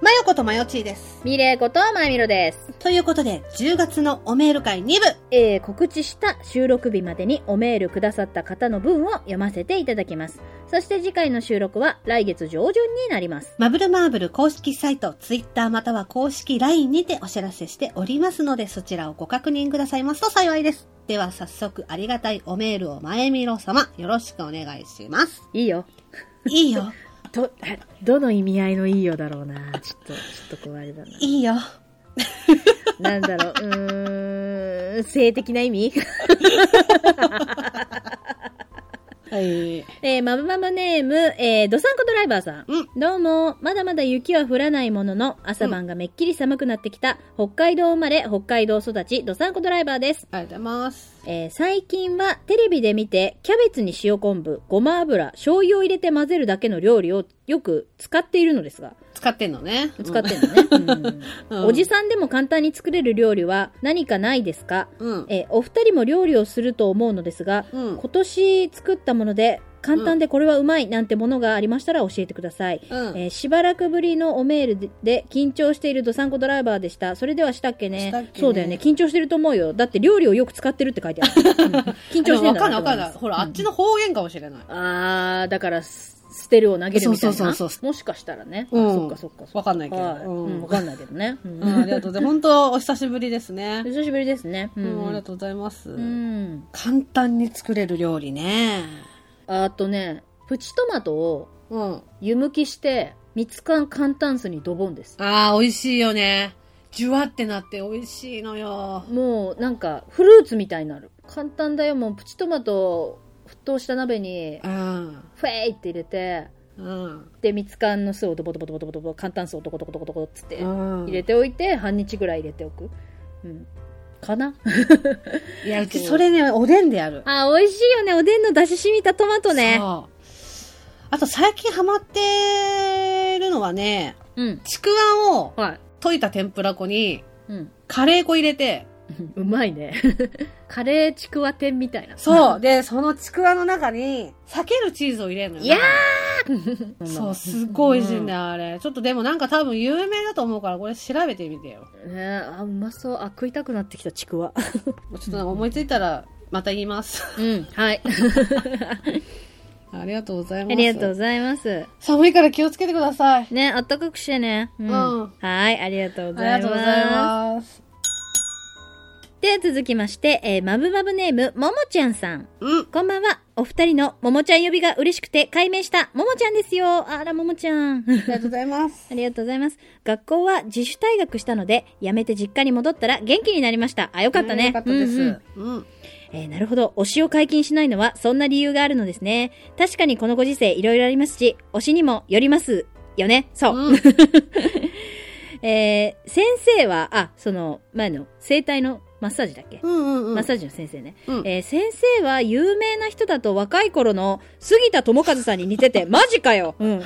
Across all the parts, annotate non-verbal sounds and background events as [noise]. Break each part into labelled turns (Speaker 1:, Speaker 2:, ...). Speaker 1: マヨコとマヨチーです。
Speaker 2: ミレイことマイミロです。
Speaker 1: ということで、10月のおメール会2部、
Speaker 2: えー、告知した収録日までにおメールくださった方の文を読ませていただきます。そして次回の収録は来月上旬になります。
Speaker 1: マブルマーブル公式サイト、ツイッターまたは公式 LINE にてお知らせしておりますので、そちらをご確認くださいますと幸いです。では早速、ありがたいおメールを前見ろ様、よろしくお願いします。
Speaker 2: いいよ。
Speaker 1: いいよ、
Speaker 2: ど、どの意味合いのいいよだろうな。ちょっと、ちょっとこうあれだな。
Speaker 1: いいよ。
Speaker 2: なんだ [laughs] ろう、うーん、性的な意味
Speaker 1: はい。
Speaker 2: [laughs] えー、マブマブネーム、えー、ドサンコドライバーさん。
Speaker 1: うん
Speaker 2: どうも、まだまだ雪は降らないものの、朝晩がめっきり寒くなってきた、北海道生まれ、北海道育ち、ドサンコドライバーです。
Speaker 1: ありがとうございます。
Speaker 2: えー最近はテレビで見てキャベツに塩昆布ごま油醤油を入れて混ぜるだけの料理をよく使っているのですが
Speaker 1: 使ってんのね。
Speaker 2: 使ってんのね、
Speaker 1: う
Speaker 2: うんんおじさんでも簡単に作れる料理は何かないですか、
Speaker 1: うん。
Speaker 2: えーお二人も料理をすると思うのですが
Speaker 1: うん。
Speaker 2: 今年作ったもので簡単でこれはうまいなんてものがありましたら教えてください、
Speaker 1: うん。
Speaker 2: えーしばらくぶりのおメールでで緊張しているドサンコドライバーでしたそれではしたっけね
Speaker 1: したっけね
Speaker 2: そうだよね緊張してると思うよだって料理をよく使ってるって書いてある、うん緊張して
Speaker 1: わ
Speaker 2: んだ
Speaker 1: かんないわ
Speaker 2: と思
Speaker 1: かんな
Speaker 2: い
Speaker 1: い。
Speaker 2: ます
Speaker 1: ほら、あっちの
Speaker 2: うん
Speaker 1: 方言かもしれない。
Speaker 2: あーだからす捨てるを投げるみた
Speaker 1: そ
Speaker 2: いな
Speaker 1: うそうそうそ
Speaker 2: もしかしたらね、
Speaker 1: うん
Speaker 2: そっかそっかそっ
Speaker 1: わかんないけど。
Speaker 2: か、
Speaker 1: う
Speaker 2: うんん、わかんないけどね、うん
Speaker 1: うん、ありがとうございます。本当、お久しぶりですね。
Speaker 2: 久しぶりですねう
Speaker 1: うん、ありが
Speaker 2: ん、
Speaker 1: とうございます。
Speaker 2: うん、
Speaker 1: 簡単に作れる料理ね。
Speaker 2: あとねプチトマトを
Speaker 1: うん。
Speaker 2: 湯むきして蜜缶簡単酢にドボンです
Speaker 1: ああ、美味しいよね。ジュワってなって美味しいのよ。
Speaker 2: もうなんかフルーツみたいになる簡単だよもうプチトマトを沸騰した鍋に
Speaker 1: うん。
Speaker 2: フェイって入れて
Speaker 1: うん。
Speaker 2: で蜜缶の酢をドボドボドボドボドボ簡単酢をドコドコドコドコっつって
Speaker 1: 入
Speaker 2: 入れておいて半日ぐらい入れておく、うん、かない
Speaker 1: や、うちそれね、おでんでやる。
Speaker 2: あ美味しいよねおでんのだし染みたトマトね
Speaker 1: そう。あと最近ハマってるのはね、
Speaker 2: うん
Speaker 1: ちくわを
Speaker 2: はい、
Speaker 1: 溶いた天ぷら粉に
Speaker 2: うん、
Speaker 1: カレー粉入れて、
Speaker 2: うまいねカレーちくわ天みたいな
Speaker 1: そう。で、そのちくわの中に、裂けるチーズを入れるのよ。
Speaker 2: いや
Speaker 1: ーそう、すっごい美味しいんだよ、あれ。ちょっとでもなんか多分有名だと思うから、これ調べてみてよ。
Speaker 2: ねあうまそうあ食いたくなってきたちくわ
Speaker 1: ちょっとなんか思いついたら、また言います。
Speaker 2: うんはい
Speaker 1: [laughs] ありがとうござい
Speaker 2: あ
Speaker 1: ます。
Speaker 2: りがとうございます
Speaker 1: 寒いから気をつけてください。
Speaker 2: ね、あったかくしてね。うん。
Speaker 1: うん
Speaker 2: はい、ありがとうご
Speaker 1: あ
Speaker 2: ざいます。
Speaker 1: りがとうございます。
Speaker 2: では続きまして、えー、マブマブネーム、ももちゃんさん。
Speaker 1: うん。
Speaker 2: こんばんは。お二人のももちゃん呼びが嬉しくて解明したももちゃんですよ。あら、ももちゃん。 [laughs]
Speaker 1: ありがとうござい [laughs] ます。
Speaker 2: ありがとうございます。学校は自主退学したので、辞めて実家に戻ったら元気になりました。あ、よかったね。
Speaker 1: よかったです。
Speaker 2: うんうん
Speaker 1: うん。
Speaker 2: えーなるほど。推しを解禁しないのは、そんな理由があるのですね。確かにこのご時世いろいろありますし、推しにもよりますよね。そう。
Speaker 1: うん
Speaker 2: えー先生は、あ、その、前の、整体のマッサージだっけ、
Speaker 1: うんうんうん。
Speaker 2: マッサージの先生ね。
Speaker 1: うん
Speaker 2: えー先生は有名な人だと若い頃の杉田智和さんに似てて、マジ
Speaker 1: [laughs]
Speaker 2: かよ、うん、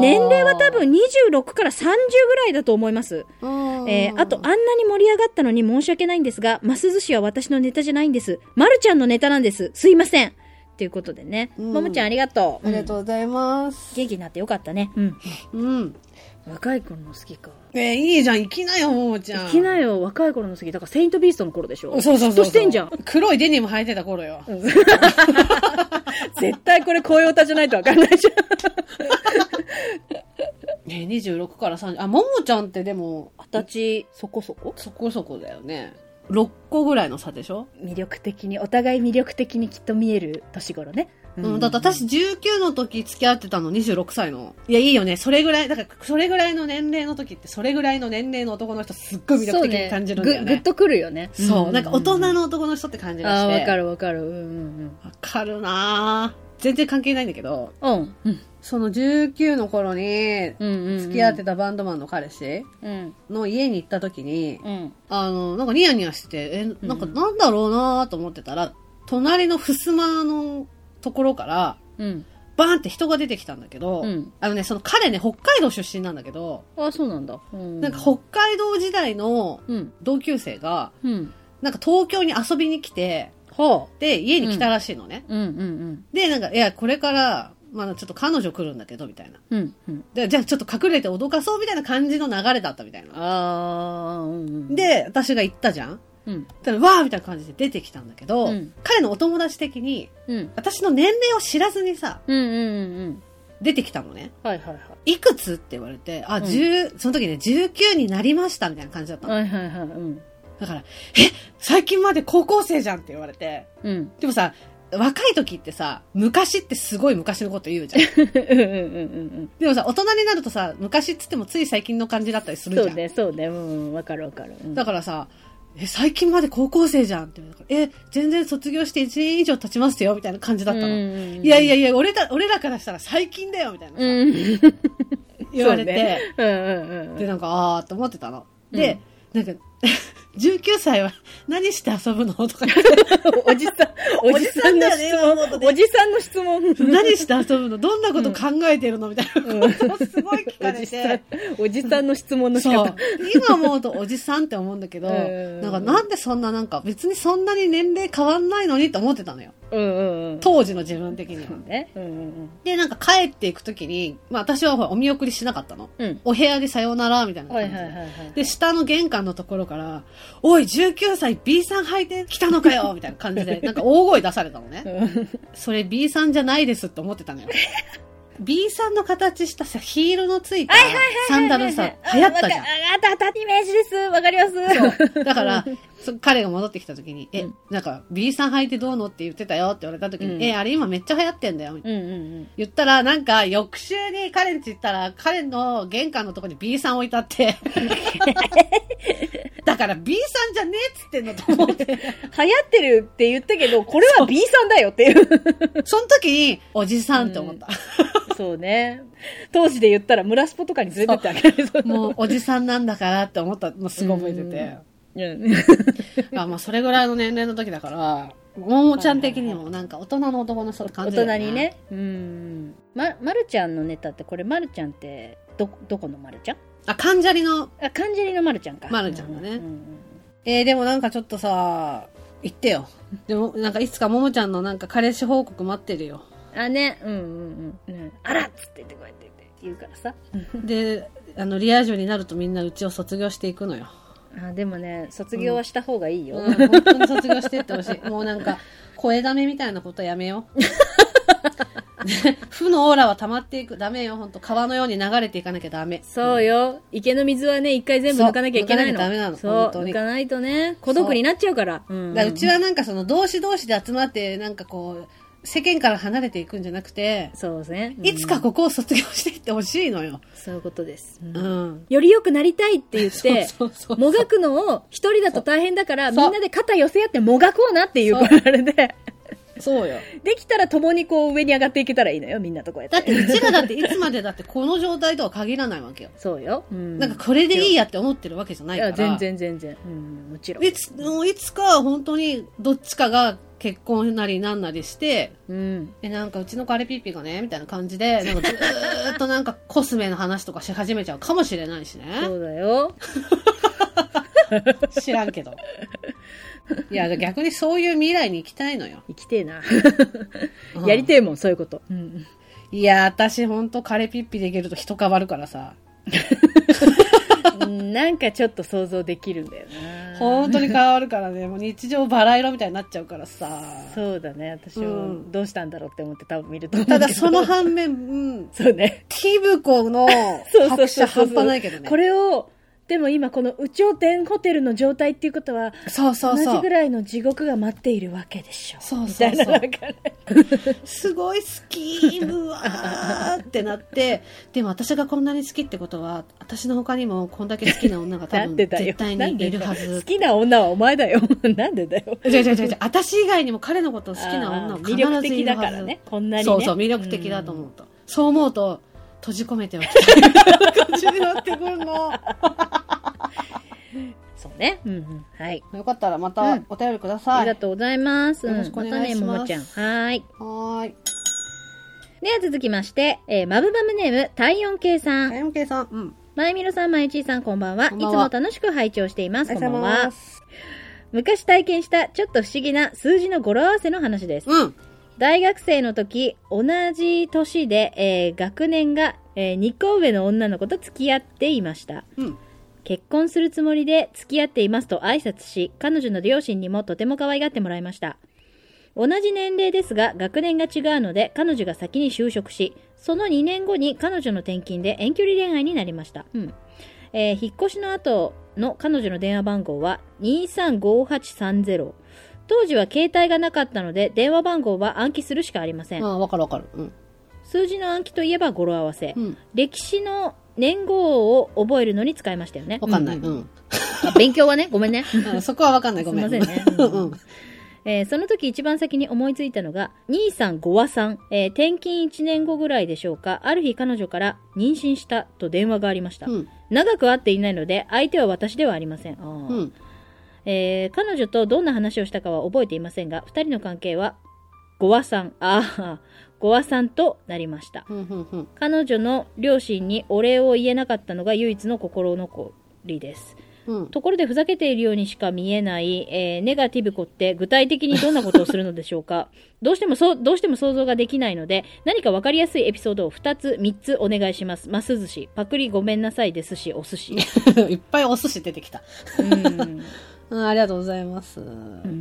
Speaker 2: 年齢は多分26から30ぐらいだと思います。
Speaker 1: うん、
Speaker 2: えーあと、あんなに盛り上がったのに申し訳ないんですが、ます寿司は私のネタじゃないんです。まるちゃんのネタなんです。すいません。っていうことでね。
Speaker 1: うん
Speaker 2: ももちゃんありがとう。
Speaker 1: ありがとう
Speaker 2: うん。
Speaker 1: ございます。
Speaker 2: 元気になってよかったね。うん。
Speaker 1: うん。
Speaker 2: 若い頃の好きか。
Speaker 1: えーいいじゃん。行きなよ、ももちゃん。
Speaker 2: いきなよ、若い頃の好き。だから、セイントビーストの頃でしょ。
Speaker 1: そうそうそうそう。
Speaker 2: 嫉妬してんじゃん。。
Speaker 1: 黒いデニム履いてた頃よ。
Speaker 2: 絶対これ、声歌じゃないとわかんないじ
Speaker 1: ね26から30。あ、ももちゃんってでも、
Speaker 2: ゃん。私、そこそこ
Speaker 1: そこそこだよね。6個ぐらいの差でしょ、
Speaker 2: 魅力的に、お互い魅力的にきっと見える年頃ね。
Speaker 1: うん、だって私19の時付き合ってたの26歳の。いや、いいよね。それぐらい、だから、それぐらいの年齢の時って、それぐらいの年齢の男の人すっごい魅力的に感じるんだよ
Speaker 2: そうぐぐ
Speaker 1: ね
Speaker 2: っ。とくるよね。
Speaker 1: そう,、なんか大人の男の人って感じが
Speaker 2: あ
Speaker 1: し
Speaker 2: あ、
Speaker 1: て。
Speaker 2: わか
Speaker 1: る。
Speaker 2: るわかる。うんうん
Speaker 1: わかるなぁ全然関係ないんだけど、
Speaker 2: うん。うん。うん
Speaker 1: その19の頃に、
Speaker 2: うんうん。
Speaker 1: 付き合ってたバンドマンの彼氏
Speaker 2: うん。
Speaker 1: の家に行った時に、
Speaker 2: うん。
Speaker 1: あの、なんかニヤニヤして、え、なんか
Speaker 2: うん
Speaker 1: なんだろうなと思ってたら、隣の襖のところから、
Speaker 2: うん。
Speaker 1: バーンって人が出てきたんだけど、
Speaker 2: うん。
Speaker 1: あのね、その彼ね、北海道出身なんだけど、
Speaker 2: ああ、そうなんだ。うん。
Speaker 1: なんか北海道時代の
Speaker 2: うん。
Speaker 1: 同級生が、
Speaker 2: うん。
Speaker 1: なんか東京に遊びに来て、
Speaker 2: はあ。
Speaker 1: で、家に来たらしいのね。
Speaker 2: うんうん
Speaker 1: で、なんか、いや、これから、まあちょっと彼女来るんだけど、みたいな。
Speaker 2: うん、うん。
Speaker 1: でじゃあちょっと隠れて脅かそうみたいな感じの流れだったみたいな。
Speaker 2: あー、うんうん。、
Speaker 1: で、私が行ったじゃん
Speaker 2: うん。
Speaker 1: たらわーみたいな感じで出てきたんだけど、
Speaker 2: うん
Speaker 1: 彼のお友達的に、
Speaker 2: うん。
Speaker 1: 私の年齢を知らずにさ、
Speaker 2: うんうんうん。
Speaker 1: 出てきたのね。
Speaker 2: はいはい
Speaker 1: いくつって言われて、あ、
Speaker 2: うん
Speaker 1: 10、その時ね、19になりましたみたいな感じだったの。
Speaker 2: はい。はいはいはい。うん。
Speaker 1: だから、え最近まで高校生じゃんって言われて。
Speaker 2: うん。
Speaker 1: でもさ、若い時ってさ、昔ってすごい昔のこと言う
Speaker 2: [laughs]
Speaker 1: じゃん。
Speaker 2: うんうんうん
Speaker 1: でもさ、大人になるとさ、昔っつってもつい最近の感じだったりす
Speaker 2: うん。
Speaker 1: るじゃ
Speaker 2: そ
Speaker 1: ん。
Speaker 2: うね、そうね。うんうん。わかるわかる。うん
Speaker 1: だからさ、え、最近まで高校生じゃんって言うからえ、全然卒業して1年以上経ちますよみたいな感じだったの。
Speaker 2: うんうんうん
Speaker 1: いやいやいや、俺だ、俺らからしたら最近だよみたいな、
Speaker 2: うん。
Speaker 1: 言われて、
Speaker 2: そうねうんうんう
Speaker 1: で、
Speaker 2: ん。
Speaker 1: なんか、あーって思ってたの。で、なんか、19歳は何して遊ぶのとか言って、
Speaker 2: [laughs]
Speaker 1: [laughs]
Speaker 2: おじさん、おじさんの質問。おじさんの質問。
Speaker 1: 何して遊ぶのどんなこと考えてるのみたいなことをすごい聞かれ
Speaker 2: おじ
Speaker 1: て。
Speaker 2: さん、おじさんの質問の
Speaker 1: そ
Speaker 2: 仕
Speaker 1: う
Speaker 2: 方。。
Speaker 1: 今思うとおじさんって思うんだけど、
Speaker 2: うん
Speaker 1: なんかなんでそんななんか別にそんなに年齢変わんないのにって思ってたのよ。
Speaker 2: うんうんうん。
Speaker 1: 当時の自分的には。
Speaker 2: ね。うんうん
Speaker 1: で、なんか帰っていくときに、まあ私はほらお見送りしなかったの。
Speaker 2: うん。
Speaker 1: お部屋でさようならみたいな
Speaker 2: うん。は
Speaker 1: 感
Speaker 2: い
Speaker 1: じで。
Speaker 2: はいはいはい。
Speaker 1: で、下の玄関のところから、おい、19歳 B さん履いてきたのかよみたいな感じ
Speaker 2: [laughs]
Speaker 1: で、なんか大声出されたのね。それ B さんじゃないですって思ってた
Speaker 2: [laughs]
Speaker 1: のよ。B さんの形したさ、ヒールのついたサンダルさ、流行ったじゃん
Speaker 2: あ。あったあったイメージです。わかります。
Speaker 1: だから、そ彼が戻ってきた時に、え、
Speaker 2: うん
Speaker 1: なんか B さん履いてどうのって言ってたよって言われた時に、
Speaker 2: うん
Speaker 1: え、あれ今めっちゃ流行ってんだよ、みたいな。
Speaker 2: うんうん
Speaker 1: 言ったら、なんか、翌週に彼んち行ったら、彼の玄関のとこに B さん置いてあ
Speaker 2: [laughs]
Speaker 1: って。だから B さんじゃねえっつってんのと思
Speaker 2: [laughs]
Speaker 1: って。
Speaker 2: 流行ってるって言ったけど、これは B さんだよっていう。
Speaker 1: その時に、おじさんって思った。
Speaker 2: そうね。当時で言ったら、村スポとかに連れてってあげる。
Speaker 1: もう、おじさんなんだからって思ったのすごい覚えてて。
Speaker 2: うん。
Speaker 1: あ、まあ、それぐらいの年齢の時だから、ももちゃん的にも、なんか、大人の男のその感
Speaker 2: 大
Speaker 1: じだよ
Speaker 2: 人に。ね。うん。ま、まるちゃんのネタって、これまるちゃんって、ど、どこのまるちゃん
Speaker 1: あ、関ジャリの
Speaker 2: あ、漢字りのまるちゃんか。
Speaker 1: まるちゃんだね
Speaker 2: ううん
Speaker 1: えー、でもなんかちょっとさ、言ってよ。でも、なんかいつかももちゃんのなんか彼氏報告待ってるよ。
Speaker 2: うんあ、ね。うんうんうんうん。あらっつって言ってこうやって言うからさ。
Speaker 1: で、あの、リア充になるとみんなうちを卒業していくのよ。
Speaker 2: あ、でもね、卒業はした方がいいよ。
Speaker 1: うん、本当に卒業してってほしい。 [laughs] もうなんか、声ダメみたいなことやめよ [laughs] う。ね負のオーラは溜まっていく。ダメよ、本当川のように流れていかなきゃダメ。
Speaker 2: そうよ。池の水はね、一回全部抜かなきゃいけないの。
Speaker 1: そう抜かなきゃダメなの
Speaker 2: そう
Speaker 1: 本当に
Speaker 2: 抜かないとね、孤独になっちゃうから。う
Speaker 1: だ
Speaker 2: ん
Speaker 1: からうちはなんかその、同士同士で集まって、なんかこう、世間から離れていくんじゃなくて、
Speaker 2: そうですね。うん
Speaker 1: いつかここを卒業していってほしいのよ。
Speaker 2: そういうことです。うん
Speaker 1: うん。
Speaker 2: より良くなりたいって言って、
Speaker 1: そうそうそう
Speaker 2: もがくのを一人だと大変だから、み
Speaker 1: そうん
Speaker 2: なで肩寄せ合ってもがこうなっていう、
Speaker 1: そう
Speaker 2: これあれで。
Speaker 1: そうよ。
Speaker 2: できたら共にこう上に上がっていけたらいいのよ、みんなとこうやって。
Speaker 1: だって、うちらだっていつまでだってこの状態とは限らないわけよ。
Speaker 2: そうよ。うん
Speaker 1: なんかこれでいいやって思ってるわけじゃないいか
Speaker 2: や、
Speaker 1: ら。
Speaker 2: 全。然全然。うん、もちろん。
Speaker 1: いつ、もういつか本当にどっちかが結婚なりなんなりして、
Speaker 2: うん。
Speaker 1: え、なんかうちのカレピーピーがね、みたいな感じ
Speaker 2: [laughs]
Speaker 1: で、なんかずーっとなんかコスメの話とかし始めちゃうかもしれないし
Speaker 2: そ
Speaker 1: ね。
Speaker 2: うだよ。
Speaker 1: 知らんけど。いや、逆にそういう未来に行きたいのよ。
Speaker 2: 生きてえな。
Speaker 1: うん
Speaker 2: やりてえもん、そういうこと。
Speaker 1: [laughs]
Speaker 2: うん。
Speaker 1: いや、私ほんとカレピッピできると人変わるからさ。
Speaker 2: うんなんかちょっと想像できるんだよな。
Speaker 1: 本当に変わるからね、もう日常バラ色みたいになっちゃうからさ。
Speaker 2: そうだね。私
Speaker 1: う
Speaker 2: は
Speaker 1: ん
Speaker 2: どうしたんだろうって思って多分見ると思うけ
Speaker 1: た
Speaker 2: ど
Speaker 1: だその、反面、うん、
Speaker 2: [laughs] そうね。
Speaker 1: ティブコの
Speaker 2: [laughs] そうそう
Speaker 1: 拍車
Speaker 2: そうそう
Speaker 1: 半端ないけどね。
Speaker 2: これを、でも今この宇頂天ホテルの状態っていうことは、
Speaker 1: そうそう
Speaker 2: 同
Speaker 1: そ
Speaker 2: じ
Speaker 1: う
Speaker 2: ぐ。らいの地獄が待っているわけでしょ
Speaker 1: そう
Speaker 2: み
Speaker 1: そ
Speaker 2: た
Speaker 1: う
Speaker 2: いな
Speaker 1: そう
Speaker 2: なん。かね
Speaker 1: すごい好き、うわーってなっ
Speaker 2: [laughs]
Speaker 1: て、でも私がこんなに好きってことは、私の他にもこんだけ好きな女が多
Speaker 2: [laughs] な
Speaker 1: 分
Speaker 2: んでだよ。
Speaker 1: 絶対
Speaker 2: なん
Speaker 1: に
Speaker 2: で
Speaker 1: いる
Speaker 2: だよ
Speaker 1: は
Speaker 2: 好
Speaker 1: ず。
Speaker 2: きな女はお前だよ。 [laughs] なんでだよ。
Speaker 1: 違う違う違う違う、私以外にも彼のことを好きな女
Speaker 2: あ
Speaker 1: は
Speaker 2: ー
Speaker 1: 必
Speaker 2: 魅力
Speaker 1: ず
Speaker 2: 的
Speaker 1: いる
Speaker 2: だ
Speaker 1: はず。
Speaker 2: からね。こんなにね。
Speaker 1: そうそう、魅力的だと思うと。そう思うと、閉じ込めておきたい。
Speaker 2: [laughs]
Speaker 1: 感じになってくるの。
Speaker 2: そうね。うんうん。はい。
Speaker 1: よかったらま
Speaker 2: う
Speaker 1: た
Speaker 2: ん
Speaker 1: お便りくだ
Speaker 2: あ
Speaker 1: さ
Speaker 2: り
Speaker 1: い。
Speaker 2: がとうございます。うん
Speaker 1: よろしくお願いします
Speaker 2: たね、ももちゃん。はーい。
Speaker 1: はーい。
Speaker 2: では続きまして、えー、マブマムネーム、体温計さ
Speaker 1: か
Speaker 2: ん。
Speaker 1: やむけいさん。うん。
Speaker 2: まゆみろさん、まゆちーさん、こんばんは。
Speaker 1: こ
Speaker 2: い
Speaker 1: ん
Speaker 2: つ
Speaker 1: ばん
Speaker 2: も
Speaker 1: は
Speaker 2: 楽しく拝聴しています。こんばん
Speaker 1: ありがとうござい
Speaker 2: は
Speaker 1: ま。す
Speaker 2: 昔体験した、ちょっと不思議な数字の語呂合わせの話です。
Speaker 1: うん。
Speaker 2: 大学生の時、同じ年で、えー学年が、え2個上の女の子と付き合っていました。
Speaker 1: うん。
Speaker 2: 結婚するつもりで付き合っていますと挨拶し、彼女の両親にもとても可愛がってもらいました。同じ年齢ですが、学年が違うので、彼女が先に就職し、その2年後に彼女の転勤で遠距離恋愛になりました。うん。えー引っ越しの後の彼女の電話番号は235830。当時は携帯がなかったので、電話番号は暗記するしかありません
Speaker 1: あ。あ、わかるわかる。うん。
Speaker 2: 数字の暗記といえば語呂合わせ
Speaker 1: う。ん。
Speaker 2: 歴史の年号を覚えるのに使いましたよね。
Speaker 1: わかんない。
Speaker 2: う
Speaker 1: うん。
Speaker 2: あ勉強はね、ごめんね。
Speaker 1: うんそこはわかんない。ごめん。
Speaker 2: すいませんね
Speaker 1: うんうん。
Speaker 2: えーその時一番先に思いついたのが、235和さん、えー転勤1年後ぐらいでしょうか、ある日彼女から、妊娠したと電話がありました。
Speaker 1: うん。
Speaker 2: 長く会っていないので、相手は私ではありません。あー
Speaker 1: うん。
Speaker 2: えー彼女とどんな話をしたかは覚えていませんが、二人の関係は、5和さん、ああ、5和さんとなりました。
Speaker 1: うん。うん。うん。
Speaker 2: 彼女の両親にお礼を言えなかったのが唯一の心残りです。
Speaker 1: うん。
Speaker 2: ところでふざけているようにしか見えない、えーネガティブ子って具体的にどんなことをするのでしょうか [laughs] どうしてもそう、どうしても想像ができないので、何かわかりやすいエピソードを2つ、3つお願いします。ます寿司、パクリごめんなさいですし、お寿司。 [laughs]
Speaker 1: いっぱいお寿司出てきた。
Speaker 2: うん。
Speaker 1: うん、ありがとうございます。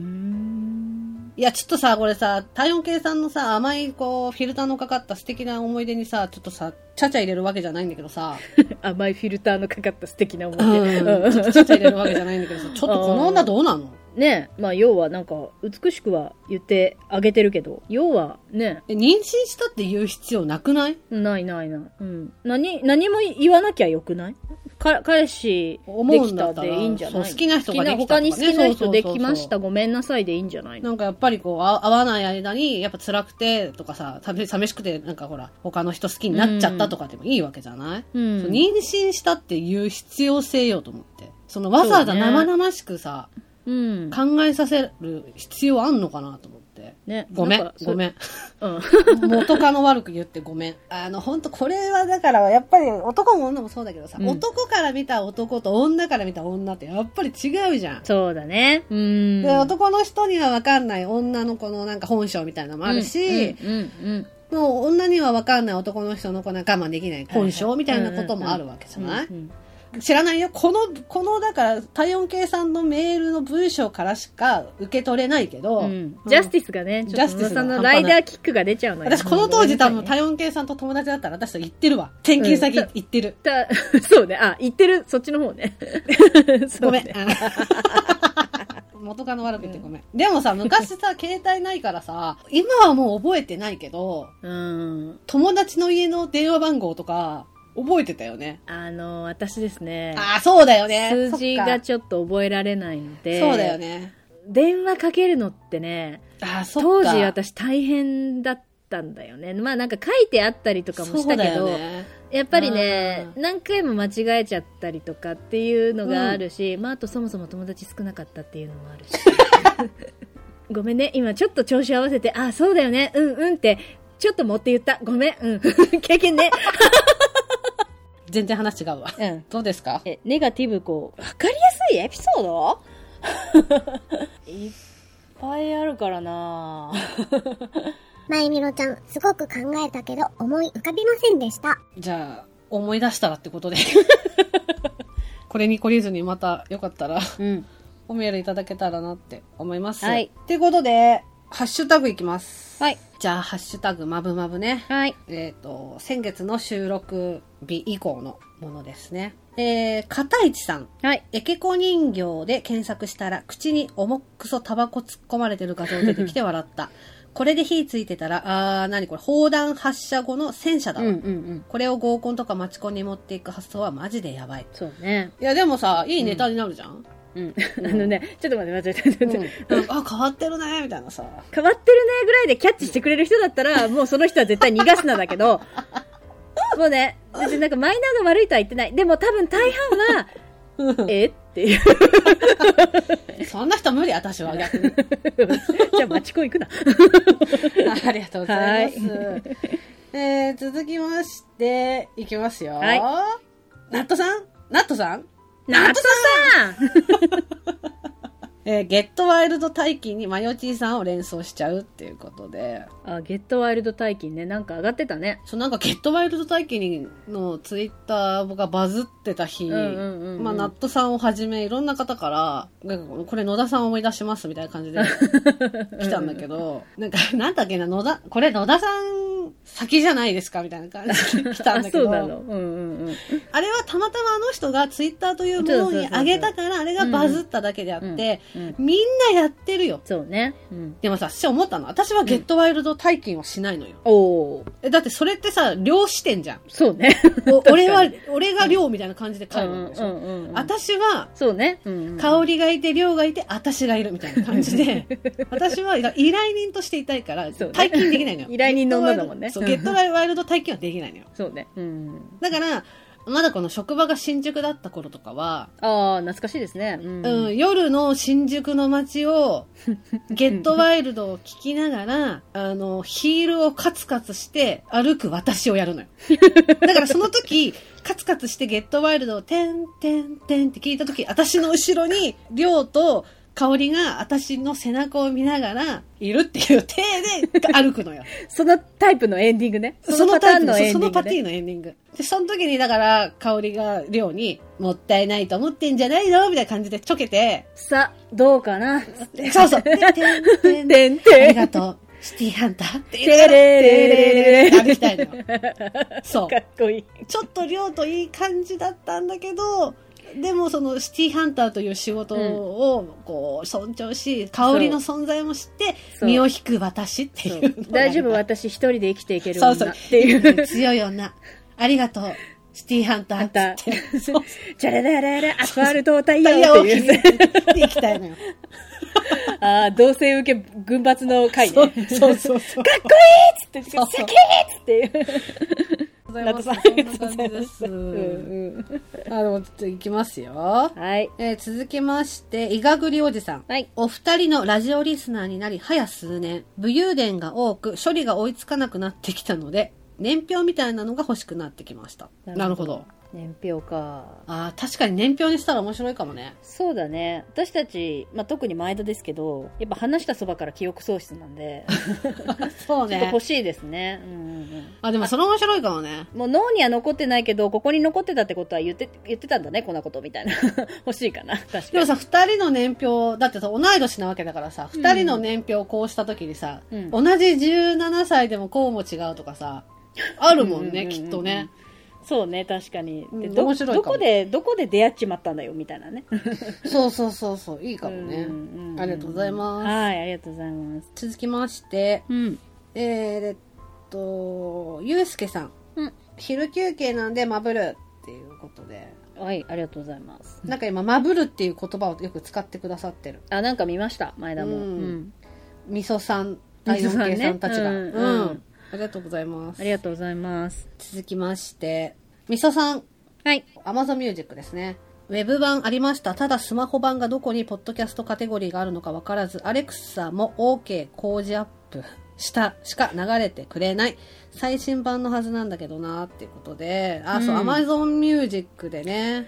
Speaker 2: うん
Speaker 1: いや、ちょっとさ、これさ、体温計さんのさ、甘い、こう、フィルターのかかった素敵な思い出にさ、ちょっとさ、ちゃちゃ入れるわけじゃないんだけどさ、
Speaker 2: 甘いフィルターのかかった素敵な思
Speaker 1: う
Speaker 2: い出。
Speaker 1: ん、ちょっとちゃちゃ入れるわけじゃないんだけどさ、ちょっとこの女どうなの
Speaker 2: ねえ、まあ要はなんか、美しくは言ってあげてるけど、要はね、
Speaker 1: え妊娠したって言う必要なくない
Speaker 2: ないないない。うん。何、何も言わなきゃよくないか彼氏
Speaker 1: 思
Speaker 2: で
Speaker 1: う
Speaker 2: き
Speaker 1: ん
Speaker 2: た
Speaker 1: だ
Speaker 2: っ
Speaker 1: ったら
Speaker 2: ていいんじゃない
Speaker 1: そう好きな人ができたと
Speaker 2: 他
Speaker 1: か
Speaker 2: に
Speaker 1: ね
Speaker 2: 好きな人できま
Speaker 1: そうそう
Speaker 2: し
Speaker 1: そ
Speaker 2: た。ごめんなさいでいいんじゃないの
Speaker 1: なんかやっぱりこう、あ合わない間に、やっぱ辛くてとかさ、寂寂しくて、なんかほら、他の人好きになっちゃったとかでもいいわけじゃない、
Speaker 2: うん
Speaker 1: そう。妊娠したっていう必要性よと思って。そのわざわざ生々しくさ、
Speaker 2: うん。
Speaker 1: 考えさせる必要あんのかなと思って。
Speaker 2: ね。
Speaker 1: ごめ
Speaker 2: なんか、そう
Speaker 1: ごめ
Speaker 2: [laughs]
Speaker 1: ん。
Speaker 2: うん。
Speaker 1: 元カノ悪く言ってごめん。あの、ほんと、これはだから、やっぱり男も女もそうだけどさ、
Speaker 2: うん
Speaker 1: 男から見た男と女から見た女ってやっぱり違うじゃん。
Speaker 2: そうだね。うん。
Speaker 1: で、男の人には分かんない女の子のなんか本性みたいなのもあるし、
Speaker 2: うん、うん、
Speaker 1: もう女には分かんない男の人のこの我慢できない本性みたいなこともあるわけじゃ
Speaker 2: うん。
Speaker 1: ない、
Speaker 2: うん
Speaker 1: 知らないよ。この、この、だから、体温計さんのメールの文章からしか受け取れないけど、
Speaker 2: うんジャスティスがね、ちょっと野田さんのライダーキックが出ちゃうのよ。
Speaker 1: 私この当時多分
Speaker 2: た、
Speaker 1: 体温計さんと友達だったら私と言ってるわ。転勤先
Speaker 2: うん
Speaker 1: 行ってる。
Speaker 2: そうね。あ、言ってる、そっちの方ね。そ
Speaker 1: [laughs] ご
Speaker 2: う
Speaker 1: め
Speaker 2: ね
Speaker 1: ん。 [laughs] 元カノ悪くてごめん。でもさ、昔さ、携帯ないからさ、今はもう覚えてないけど、
Speaker 2: うん。
Speaker 1: 友達の家の電話番号とか、覚えてたよね。
Speaker 2: あの、私ですね。
Speaker 1: ああ、そうだよね。
Speaker 2: 数字
Speaker 1: そっ
Speaker 2: が
Speaker 1: か
Speaker 2: ちょっと覚えられないので。
Speaker 1: そうだよ。ね。
Speaker 2: 電話かけるのってね、
Speaker 1: ああ、そっ
Speaker 2: 当
Speaker 1: か。
Speaker 2: 時私大変だったんだよね。まあなんか書いてあったりとかもしたけ
Speaker 1: そう
Speaker 2: ど、
Speaker 1: だよね
Speaker 2: やっぱりね、
Speaker 1: う
Speaker 2: 何回も間違えちゃったりとかっていうのがあるし、まああとそもそも友達少なかったっていうのもあるし。 [laughs] ごめんね、今ちょっと調子合わせて、あ、そうだよね、うんうんって、ちょっと持って言った。ごめん、うん。 [laughs] 経験ね。
Speaker 1: 全然話違う
Speaker 2: [laughs]
Speaker 1: わ。
Speaker 2: うん。
Speaker 1: どうですか
Speaker 2: え、ネガティブこう、わかりやすいエピソード [laughs] いっぱいあるからな
Speaker 3: まゆみろちゃん、すごく考えたけど思い浮かびませんでした。
Speaker 1: じゃあ、思い出したらってことで。 [laughs] これに懲りずにまたよかったら [laughs]
Speaker 2: うん。
Speaker 1: おメールいただけたらなって思います。
Speaker 2: はい。
Speaker 1: ということで、ハッシュタグいきます。
Speaker 2: はい。
Speaker 1: じゃあ、ハッシュタグまぶまぶね。
Speaker 2: はい。
Speaker 1: えっ、と、先月の収録日以降のものですね。えー、片市さん。
Speaker 2: はい。
Speaker 1: エケコ人形で検索したら、口に重くそタバコ突っ込まれてる画像出てきて笑 [laughs] った。これで火ついてたら、あー、なにこれ、砲弾発射後の戦車だわ。
Speaker 2: ん。
Speaker 1: これを合コンとかマチコンに持っていく発想はマジでやばい。
Speaker 2: そうね。
Speaker 1: いや、でもさ、いいネタになるじゃん、
Speaker 2: うん。 [laughs] あのね、ちょっと待って待って待って待って。
Speaker 1: なんかあ、変わってるね、みたいなさ。
Speaker 2: 変わってるねぐらいでキャッチしてくれる人だったら、もうその人は絶対逃がすなだけど、 [laughs] もうね、別になんかマイナーが悪いとは言ってない。でも多分大半は、えっていう。
Speaker 1: [laughs]
Speaker 2: [laughs]
Speaker 1: そんな人無理、私は逆に。
Speaker 2: じゃあマチコン [laughs] 行くな。
Speaker 1: [laughs] ありがとうございます。えー、続きまして、いきますよ。
Speaker 2: はい
Speaker 1: ナットさんナットさん
Speaker 2: ナットさん
Speaker 1: えーゲットワイルド大金にマヨチーさんを連想しちゃうっていうことで、
Speaker 2: あ、ゲットワイルド大金ね。なんか上がってたね。
Speaker 1: そうなんかゲットワイルド大金のツイッターがバズってた日、
Speaker 2: うんうんうんうん
Speaker 1: まあ、ナットさんをはじめいろんな方から、なんかこれ野田さんを思い出しますみたいな感
Speaker 2: [laughs]
Speaker 1: じで来たんだけど、なんかなんだっけな、野田、これ野田さん先じゃないですかみたいな感
Speaker 2: [laughs]
Speaker 1: じで来たん
Speaker 2: あ、
Speaker 1: だけ
Speaker 2: そう
Speaker 1: ど、
Speaker 2: なの。うんうんうん。
Speaker 1: あれはたまたまあの人がツイッターというものに上げたから、あれがバズっただけであって、
Speaker 2: うん、
Speaker 1: みんなやってるよ。
Speaker 2: そうね。うん。
Speaker 1: でもさ、私思ったの。私はゲットワイルド大金はしないのよ。
Speaker 2: おー。
Speaker 1: え、だってそれってさ、量視点じ
Speaker 2: [laughs]
Speaker 1: ゃん。
Speaker 2: そうね。
Speaker 1: お
Speaker 2: かに
Speaker 1: 俺は、俺が量みたいな感じで
Speaker 2: う
Speaker 1: 買うん
Speaker 2: ん
Speaker 1: でし
Speaker 2: う
Speaker 1: ょ。
Speaker 2: んうんうん。
Speaker 1: 私は、
Speaker 2: そうね。うんうん。
Speaker 1: 香りがいて、量がいて、私がいるみたいな感じ
Speaker 2: [laughs]
Speaker 1: で、私は依頼人としていたいから、
Speaker 2: そうね
Speaker 1: 体験できないのよ。
Speaker 2: [laughs] 依頼人の女だもんね
Speaker 1: そう、ゲットワイルド体験はできないのよ。
Speaker 2: そうね。うん。
Speaker 1: だから、まだこの職場が新宿だった頃とかは、
Speaker 2: ああ、懐かしいですね。う
Speaker 1: うん
Speaker 2: ん。
Speaker 1: 夜の新宿の街
Speaker 2: [laughs]
Speaker 1: を、ゲットワイルドを聞きながら、あの、ヒールをカツカツして歩く私をや
Speaker 2: [laughs]
Speaker 1: るのよ。だからその時、カツカツしてゲットワイルドをてんてんてんって聞いた時、私の後ろに、りょうと香りが私の背中を見ながら、いるっていう体で歩くの
Speaker 2: [laughs]
Speaker 1: よ。
Speaker 2: そのタイプのエンディングね。
Speaker 1: そのタイプの、
Speaker 2: エ
Speaker 1: そ
Speaker 2: ンデ
Speaker 1: の
Speaker 2: ィング
Speaker 1: パティ
Speaker 2: ね。
Speaker 1: のエンディング。で、その時にだから、香りがりょうに、もったいないと思ってんじゃないのみたいな感じでちょけて、
Speaker 2: さ、どうかな。
Speaker 1: そうそう。てんてんてんあ
Speaker 2: てんて
Speaker 1: り
Speaker 2: ん。
Speaker 1: がとう。シティハンターって言
Speaker 2: てれれれれ
Speaker 1: って歩き
Speaker 2: [laughs]
Speaker 1: たいのよ。そ
Speaker 2: かっこいい。
Speaker 1: う。ちょっと量といい感じだったんだけど、でもそのシティハンターという仕事をこう尊重し、香りの存在も知って、
Speaker 2: そう
Speaker 1: 身を引く私っていうのが。
Speaker 2: 大丈夫、私一人で生きていける
Speaker 1: そうそ
Speaker 2: 女
Speaker 1: う
Speaker 2: っ。て [laughs] いう。
Speaker 1: 強い女。ありがとう。シティハンターっつって。そう。
Speaker 2: [laughs] じゃらららら、アスファルトタイ
Speaker 1: タイ
Speaker 2: ヤ
Speaker 1: ヤ
Speaker 2: を
Speaker 1: を
Speaker 2: って
Speaker 1: 切
Speaker 2: いう。
Speaker 1: っていきたい
Speaker 2: [laughs]
Speaker 1: のよ。
Speaker 2: ああ、同性受け群抜の回ね。
Speaker 1: そうそうそうそう。
Speaker 2: つって、
Speaker 1: そう
Speaker 2: すげえっていう。ナトさん、ありがとうございます。うんうん
Speaker 1: あの、ちょっといきますよ。
Speaker 2: はい。
Speaker 1: えー続きまして、いがぐりおじさん。
Speaker 2: はい。
Speaker 1: お二人のラジオリスナーになり、早数年、武勇伝が多く、処理が追いつかなくなってきたので、年表みたいなのが欲しくなってきました。
Speaker 2: な
Speaker 1: な
Speaker 2: るほど
Speaker 1: るほど。
Speaker 2: 年表か。
Speaker 1: ああ、確かに年表にしたら面白いかもね。
Speaker 2: そうだね。私たち、まあ、特に毎度ですけど、やっぱ話したそばから記憶喪失な
Speaker 1: [laughs]
Speaker 2: んで、
Speaker 1: [laughs] そう
Speaker 2: ちょっと
Speaker 1: ね
Speaker 2: 欲。しいですね。うんうん
Speaker 1: あ、でもそれ面白いかもね。
Speaker 2: うん。もう脳には残ってないけど、ここに残ってたってことは言って、言ってたんだね、こんなことみたいな。 [laughs] 欲しいかな、確
Speaker 1: で
Speaker 2: か
Speaker 1: も
Speaker 2: に。
Speaker 1: さ、二人の年表、だってさ、同い年なわけだからさ、二人の年表をこうした時にさ、
Speaker 2: うん
Speaker 1: 同じ17歳でもこうも違うとかさ、あるもん
Speaker 2: う
Speaker 1: ね、
Speaker 2: うう
Speaker 1: きっとね。。
Speaker 2: そうね、確かに。で
Speaker 1: うん
Speaker 2: ど
Speaker 1: 面白いか
Speaker 2: ど
Speaker 1: も
Speaker 2: こで、どこで出会っちまったんだよ、みたいなね。
Speaker 1: そうそうそうそう、いいかもね。
Speaker 2: うんうんうん
Speaker 1: ありがとうございます
Speaker 2: はい、ありがとうございます。
Speaker 1: 続きまして、
Speaker 2: うん。
Speaker 1: えー、えっと、ゆうすけさん。
Speaker 2: うん
Speaker 1: 昼休憩なんでまぶるっていうことで。
Speaker 2: はい、ありがとうございます。
Speaker 1: なんか今、まぶるっていう言葉をよく使ってくださってる。
Speaker 2: あ、なんか見ました、前田も。
Speaker 1: うん
Speaker 2: うん
Speaker 1: みそさん、
Speaker 2: み
Speaker 1: 太陽
Speaker 2: そさんね
Speaker 1: 系さんたちが。
Speaker 2: う
Speaker 1: うんん、
Speaker 2: うん
Speaker 1: ありがとうございます
Speaker 2: あ。りがとうございます。
Speaker 1: 続きまして、みそさん、
Speaker 2: はい。
Speaker 1: Amazon Music ですね。ウェブ版ありました。ただスマホ版がどこにポッドキャストカテゴリーがあるのかわからず、アレクサも OK 工事アップしたしか流れてくれない。最新版のはずなんだけどなっていうことで。あ、そう、
Speaker 2: うん
Speaker 1: Amazon Music でね、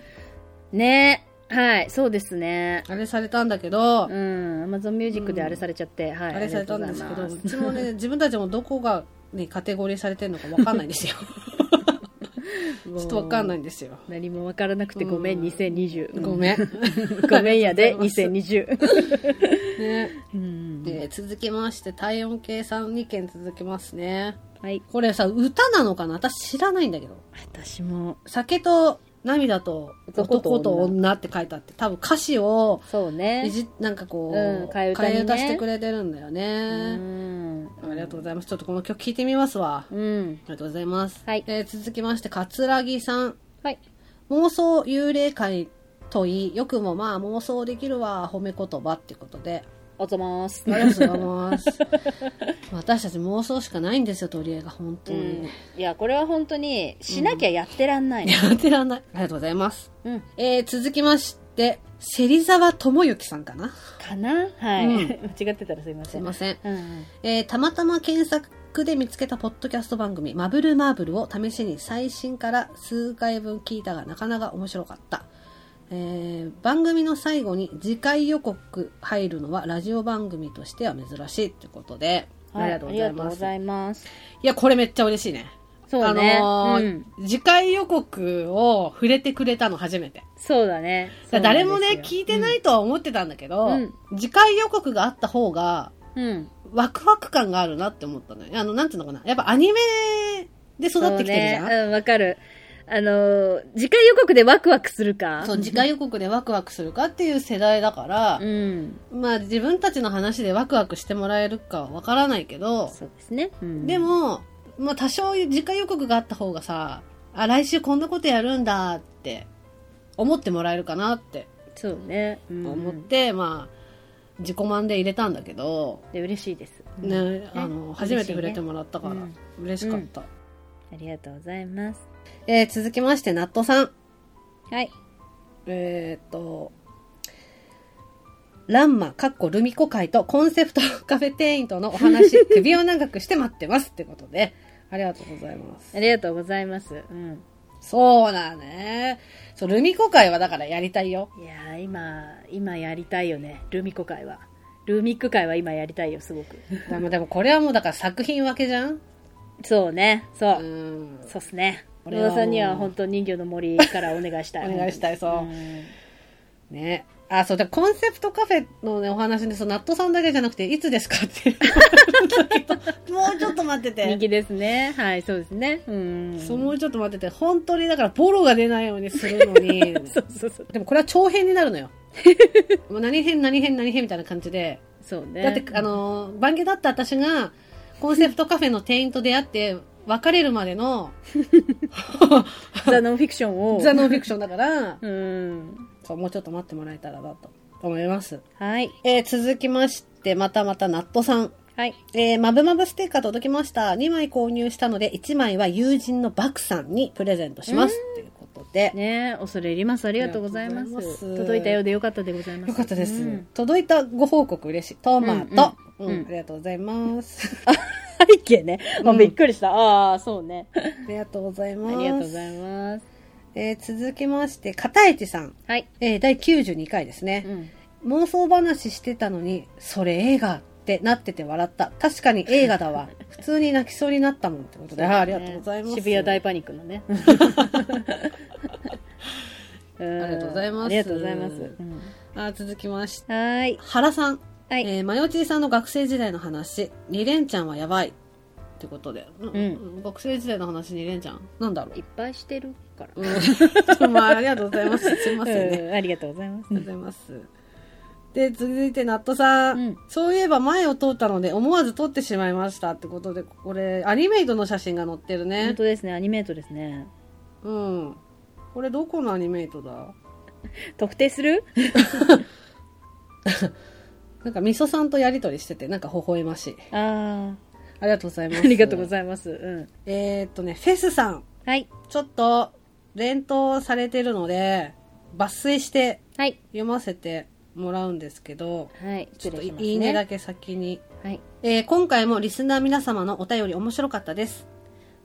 Speaker 2: ねはい、そうですね。
Speaker 1: あれされたんだけど、
Speaker 2: うん、Amazon Music であれされちゃって、はい。
Speaker 1: あれされたんですけど、
Speaker 2: ありがと
Speaker 1: う
Speaker 2: うござ
Speaker 1: ち
Speaker 2: いま
Speaker 1: もね、
Speaker 2: [laughs]
Speaker 1: 自分たちもどこが、ね、カテゴリーされてるのかわかんないんです
Speaker 2: [laughs]
Speaker 1: よ。
Speaker 2: す。
Speaker 1: ちょっとわかんないいんですよ。
Speaker 2: 何もわからなくてごめん、
Speaker 1: うん
Speaker 2: 2020。
Speaker 1: ごめん。
Speaker 2: ん。 [laughs] ごめん
Speaker 1: [laughs]
Speaker 2: やで、2020。
Speaker 1: ね
Speaker 2: うん
Speaker 1: で続きまして、体温計さん2件続きますね。
Speaker 2: はい。
Speaker 1: これさ、歌なのかな私知らないんだけど。
Speaker 2: 私も、
Speaker 1: 酒と涙と
Speaker 2: 男と
Speaker 1: 男
Speaker 2: 女
Speaker 1: と女って書いてあって、多分歌詞を、
Speaker 2: そう
Speaker 1: い
Speaker 2: ね。
Speaker 1: じ、なんかこう、
Speaker 2: うん替え歌にね
Speaker 1: 替え歌してくれてるんだよ
Speaker 2: う
Speaker 1: ね。
Speaker 2: ん。
Speaker 1: ありがとうございます。ちょっとこの曲聴いてみますわ。あ
Speaker 2: うん。
Speaker 1: りがとうございます。
Speaker 2: はい
Speaker 1: えー続きまして、かつらぎさん。
Speaker 2: はい。
Speaker 1: 妄想幽霊界といい、よくもまあ妄想できるわ、褒め言葉ってことで。
Speaker 2: おつまーす。
Speaker 1: ありがとうござい
Speaker 2: [laughs]
Speaker 1: ます。私たち妄想しかないんですよ、取り柄が、本当
Speaker 2: う
Speaker 1: に
Speaker 2: ん
Speaker 1: ね。
Speaker 2: いや、これは本当に、しなきゃやってらんない。
Speaker 1: やってらんない。ありがとうございます。
Speaker 2: うん。
Speaker 1: えー、続きまして、芹沢智之さんかな
Speaker 2: かなはい。
Speaker 1: うん
Speaker 2: [laughs] 間違ってたらすいませ
Speaker 1: すい
Speaker 2: ん。
Speaker 1: ません。
Speaker 2: うんうん。
Speaker 1: えー、たまたま検索で見つけたポッドキャスト番組、マブルマーブルを試しに最新から数回分聞いたがなかなか面白かった。ええー番組の最後に次回予告入るのはラジオ番組としては珍しいってことで、
Speaker 2: はい
Speaker 1: ありがとうござい
Speaker 2: ありがとう
Speaker 1: ま
Speaker 2: ご
Speaker 1: す。
Speaker 2: ざいます。
Speaker 1: いや、これめっちゃ嬉しいね。
Speaker 2: そうね。
Speaker 1: あのー
Speaker 2: うん。
Speaker 1: 次回予告を触れてくれたの初めて。
Speaker 2: そうだね。
Speaker 1: だから誰もね、
Speaker 2: そう
Speaker 1: 聞いてないとは思ってたんだけど、
Speaker 2: うん
Speaker 1: 次回予告があった方が、
Speaker 2: なんですよ。
Speaker 1: ワクワク感があるなって思ったのよ。あの、なんていうのかな。やっぱアニメで
Speaker 2: うん。
Speaker 1: 育ってきてるじゃん。
Speaker 2: そうね。うん、わかる。あのー、次回予告でワクワクするか
Speaker 1: そう、次回予告でワクワクするかっていう世代だから
Speaker 2: う、ん。
Speaker 1: まあ自分たちの話でワクワクしてもらえるかはわからないけど、
Speaker 2: そうですね。うん
Speaker 1: で、も、まあ多少次回予告があった方がさ、あ、来週こんなことやるんだって思ってもらえるかなって
Speaker 2: そうね。うん
Speaker 1: 思って、まあ自己満で入れたんだけど、
Speaker 2: で、嬉しいです。うん
Speaker 1: ね、あの、初めて
Speaker 2: 嬉しいね
Speaker 1: 触れてもらったから、
Speaker 2: うん
Speaker 1: 嬉しかった。
Speaker 2: ありがとうございます。
Speaker 1: えー続きまして、ナットさん。
Speaker 2: はい。
Speaker 1: えーっと、ランマ、かっこルミコ会とコンセプトカフェ店員とのお話、首を長くして待ってますってことで、 [laughs] ありがとうございます
Speaker 2: あ。りがとうございます。うん。
Speaker 1: そうだね。そう、ルミコ会はだからやりたいよ。
Speaker 2: いやー、今、今やりたいよね。ルミコ会は。ルミック会は今やりたいよ、
Speaker 1: [laughs]
Speaker 2: すごく。
Speaker 1: でもでもこれはもうだから作品分けじゃん
Speaker 2: そうね。そ
Speaker 1: う
Speaker 2: う。
Speaker 1: ん。
Speaker 2: そうっすね。
Speaker 1: 俺
Speaker 2: 野
Speaker 1: はもう
Speaker 2: 田さんには本当人魚の森からお願いしたい。
Speaker 1: お願いしたいそう
Speaker 2: うん
Speaker 1: ね。あ、そう、でコンセプトカフェのね、お話で、そう、ナットさんだけじゃなくて、いつですかって。 [laughs] もうちょっと待って
Speaker 2: 人
Speaker 1: て。
Speaker 2: 気ですね。はい、そうですね。うん。
Speaker 1: そう、もうちょっと待ってて。本当に、だから、ボロが出ないようにするの [laughs] に。
Speaker 2: そうそうそう。
Speaker 1: でもこれは長編になる [laughs] のよ。もう何編何編何編みたいな感じで。
Speaker 2: そうね。
Speaker 1: だって、あ、のー、番家だった私が、コンセプトカフェの店員と出会って、別れるまでの、
Speaker 2: ザ・ノンフィクシ
Speaker 1: [laughs]
Speaker 2: ョンを。
Speaker 1: ザ・ノンフィクションだから、
Speaker 2: うん。
Speaker 1: そう、もうちょっと待ってもらえたらなと思います。
Speaker 2: はい。
Speaker 1: えー、続きまして、またまたナットさん。
Speaker 2: はい。
Speaker 1: えー、まぶまぶステッカー届きました。2枚購入したので、1枚は友人のバクさんにプレゼントします。ということで。
Speaker 2: ね恐れ入ります。ありがとうございま
Speaker 1: ありがとうご
Speaker 2: す。
Speaker 1: ざいます
Speaker 2: 届いたようでよかったでございます。
Speaker 1: よかったです、
Speaker 2: うん
Speaker 1: 届いたご報告嬉しい。トマト。
Speaker 2: う
Speaker 1: うんん、
Speaker 2: うんうん
Speaker 1: ありがとうございます。
Speaker 2: [laughs] 背景ね。あ
Speaker 1: うん
Speaker 2: びっくりした。ああ、そうね。あ
Speaker 1: ありがとうございます。
Speaker 2: りがとうございます。
Speaker 1: えー続きまして、片市さん。
Speaker 2: はい。
Speaker 1: えー第92回です
Speaker 2: う
Speaker 1: ね、
Speaker 2: ん。
Speaker 1: 妄想話してたのに、それ映画ってなってて笑った。確かに映画だ
Speaker 2: [laughs]
Speaker 1: わ。普通に泣きそうになったもんってことで。あーありがとうございます。
Speaker 2: 渋谷大パニックのね。
Speaker 1: [laughs]
Speaker 2: あ
Speaker 1: ありがとうございます
Speaker 2: ありがとうございます。うん
Speaker 1: あー続きまして、
Speaker 2: はーい。
Speaker 1: 原さん。
Speaker 2: はい。
Speaker 1: えー、マヨチーさんの学生時代の話、二連ちゃんはやばい。ってことで。うん学生時代の話二連ちゃんなんだろう
Speaker 2: いっぱいしてるから。
Speaker 1: うん [laughs] まあ、ありがとうございます。すいませんね。あり
Speaker 2: うんありがとうございます。
Speaker 1: がとうございます。で、続いて、ナットさん,、
Speaker 2: うん
Speaker 1: そういえば前を通ったので、思わず撮ってしまいましたってことで、これ、アニメイトの写真が載ってる
Speaker 2: 本
Speaker 1: ね
Speaker 2: 当。ですね、アニメートですね。
Speaker 1: うん。これ、どこのアニメイトだ
Speaker 2: 特定する
Speaker 1: なんか、みそさんとやりとりしてて、なんか、微笑ましい。
Speaker 2: あ
Speaker 1: ありがとうございま
Speaker 2: あ、あ
Speaker 1: す。
Speaker 2: りがとうご
Speaker 1: い
Speaker 2: ざいます。うん。
Speaker 1: ます。えー、っとね、フェスさん。
Speaker 2: はい。
Speaker 1: ちょっと、連投されてるので、抜粋して
Speaker 2: はい。
Speaker 1: 読ませてもらうんですけど、
Speaker 2: はい。
Speaker 1: ちょっと、
Speaker 2: 失礼します
Speaker 1: いいねだけ先に。
Speaker 2: はい。
Speaker 1: えー今回もリスナー皆様のお便り面白かったです。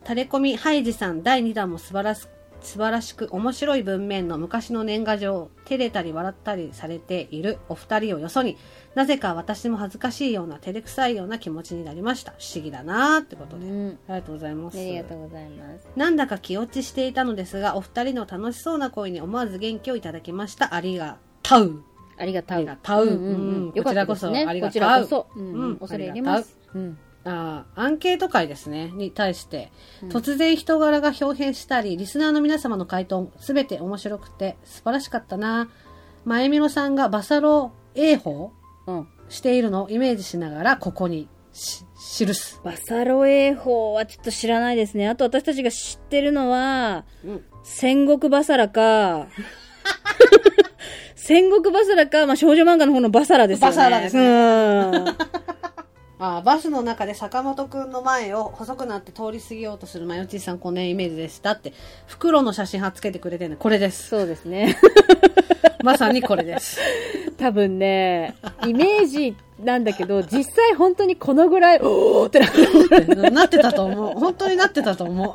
Speaker 1: タレコミハイジさん第2弾も素晴らし素晴らしく面白い文面の昔の年賀状、照れたり笑ったりされているお二人をよそに、なぜか私も恥ずかしいような照れくさいような気持ちになりました。不思議だなーってこと
Speaker 2: う
Speaker 1: で。
Speaker 2: ん。
Speaker 1: ありがとうございま
Speaker 2: あ
Speaker 1: す。
Speaker 2: りがとうございます。
Speaker 1: なんだか気落ちしていたのですが、お二人の楽しそうな声に思わず元気をいただきました。ありがとう。
Speaker 2: ありがとう。
Speaker 1: ありがとう
Speaker 2: うんうんうん
Speaker 1: こちらこそ
Speaker 2: よかったですね
Speaker 1: ありがとう
Speaker 2: こちらこそ。うんう
Speaker 1: うんん。
Speaker 2: 恐れ入ります。うん。
Speaker 1: あーアンケート会ですね、に対して、
Speaker 2: うん
Speaker 1: 突然人柄が表変したり、リスナーの皆様の回答、すべて面白くて素晴らしかったな。まゆみろさんがバサロ英法
Speaker 2: うん。
Speaker 1: しているのをイメージしながら、ここにし、記す。
Speaker 2: バサロ泳法はちょっと知らないですね。あと私たちが知ってるのは、
Speaker 1: うん
Speaker 2: 戦国バサラか、戦国バサラか、まあ、少女漫画の方のバサラですよね。
Speaker 1: バサラですね
Speaker 2: ね。
Speaker 1: あーバスの中で坂本くんの前を細くなって通り過ぎようとするまよちーさん、このイメージでしたって、袋の写真貼っつけてくれてるの、これです。
Speaker 2: そうですね。
Speaker 1: [laughs] まさにこれです。
Speaker 2: 多分ね、イメージなんだけど、実際本当にこのぐらい、おーってな
Speaker 1: [laughs]
Speaker 2: る。
Speaker 1: なってたと思う。本当になってたと思う。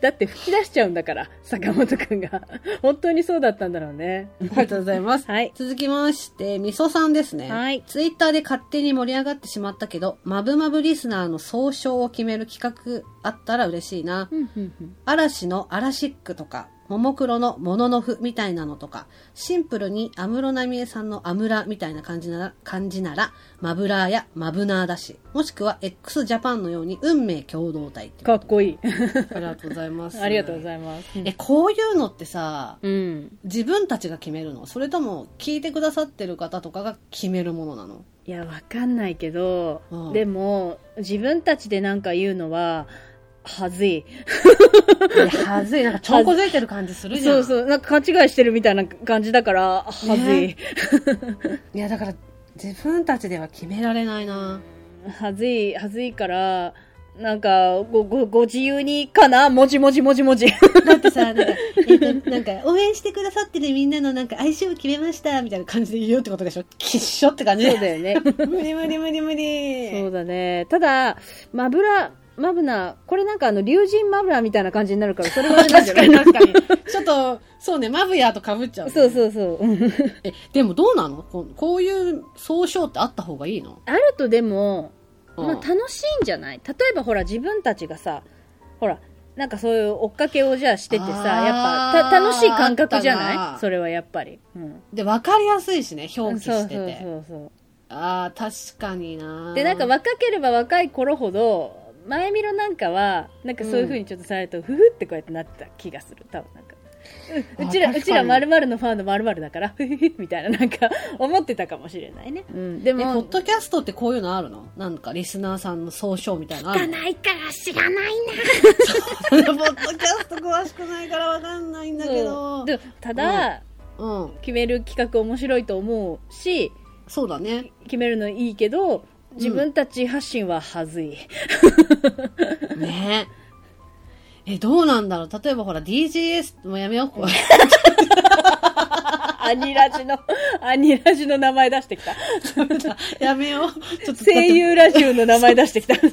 Speaker 2: だって吹き出しちゃうんだから、坂本くんが。本当にそうだったんだろうね。
Speaker 1: ありがとうございます。
Speaker 2: はい。
Speaker 1: 続きまして、みそさんですね。
Speaker 2: はい
Speaker 1: ツイッターで勝手に盛り上がってしまったけど、まぶまぶリスナーの総称を決める企画あったら嬉しいな。嵐のアラシックとか、ももクロのもののふみたいなのとか、シンプルに安室奈美恵さんのアムラみたいな感じなら、感じなら、マブラーやマブナーだし、もしくは x ジャパンのように運命共同体っていう
Speaker 2: かっこいい。
Speaker 1: [laughs] ありがとうございます。
Speaker 2: ありがとうご
Speaker 1: い
Speaker 2: ざいます。
Speaker 1: え、こういうのってさ、
Speaker 2: うん。
Speaker 1: 自分たちが決めるのそれとも聞いてくださってる方とかが決めるものなの
Speaker 2: いや、わかんないけど、
Speaker 1: うん
Speaker 2: でも、自分たちでなんか言うのは、はずい。
Speaker 1: いや、はずい。なんか、ちょんこづいてる感じするじゃ
Speaker 2: そ
Speaker 1: ん。
Speaker 2: うそう、なんか勘違いしてるみたいな感じだから、はずい。
Speaker 1: ねいや、だから、自分たちでは決められないな。
Speaker 2: はずい、はずいから、なんか、ご、ご、ご自由にかなもじもじもじ
Speaker 1: [laughs]
Speaker 2: も
Speaker 1: [laughs]
Speaker 2: じ。
Speaker 1: だってさ、なんか、えっと、なんか、応援してくださってるみんなのなんか、相性を決めました、みたいな感じで言うってことでしょきっしょって感じ
Speaker 2: そうだよね。
Speaker 1: 無理無理無理無
Speaker 2: [laughs] そう
Speaker 1: 理。
Speaker 2: だね。ただ、マブラ、マブナ、これなんかあの、竜神マブラみたいな感じになるから、それはなんじゃ
Speaker 1: 確
Speaker 2: な
Speaker 1: か
Speaker 2: い
Speaker 1: に確かに。ちょっと、そうね、マブヤーとかぶっちゃう、ね。
Speaker 2: [laughs] そうそうそう。うん
Speaker 1: え、でもどうなのこうこういう総称ってあった方がいいの
Speaker 2: あるとでも、まあ
Speaker 1: うん
Speaker 2: 楽しいんじゃない例えばほら、自分たちがさ、ほら、なんかそういう追っかけをじゃあしててさ、や
Speaker 1: あ
Speaker 2: っ
Speaker 1: ー
Speaker 2: ぱ、た楽しい感覚じゃ
Speaker 1: あった
Speaker 2: な
Speaker 1: ない
Speaker 2: それはやっぱり。うん。
Speaker 1: で、わかりやすいしね、表記
Speaker 2: そう
Speaker 1: し
Speaker 2: そう
Speaker 1: てて。
Speaker 2: そうそう。
Speaker 1: ああ、確かにな。
Speaker 2: でなんか若ければ若い頃ほど前見ろなんかはなんかそういう風にちょっとされると、ふふってこうやってなってた気がする多分なんかう
Speaker 1: あ
Speaker 2: うちら
Speaker 1: 確かに
Speaker 2: うちらまるのファンのまるだからふふふみたいななんか [laughs] 思ってたかもしれないね、うん、で
Speaker 1: え、ポ
Speaker 2: も
Speaker 1: ッドキャストってこういうのあるのなんか、リスナーさんの総称みたいなのあ
Speaker 3: か
Speaker 1: るの
Speaker 3: ないから知らないな。
Speaker 1: ポ [laughs] ッドキャスト詳しくないからわかんないんだけ
Speaker 2: そう
Speaker 1: ど。
Speaker 2: でもただ、
Speaker 1: うん。
Speaker 2: 決める企画面白いと思うし
Speaker 1: そうだね。
Speaker 2: 決めるのいいけど自分たち発信ははずい、
Speaker 1: ねえ。どうなんだろう例えばほら、DGS もうやめよう。これ
Speaker 2: [laughs] [laughs] アニラジのアニラジの名前出してきた
Speaker 1: やめよう。ちょっと
Speaker 2: [laughs] 声優ラジオの名前出して [laughs] きた
Speaker 1: だか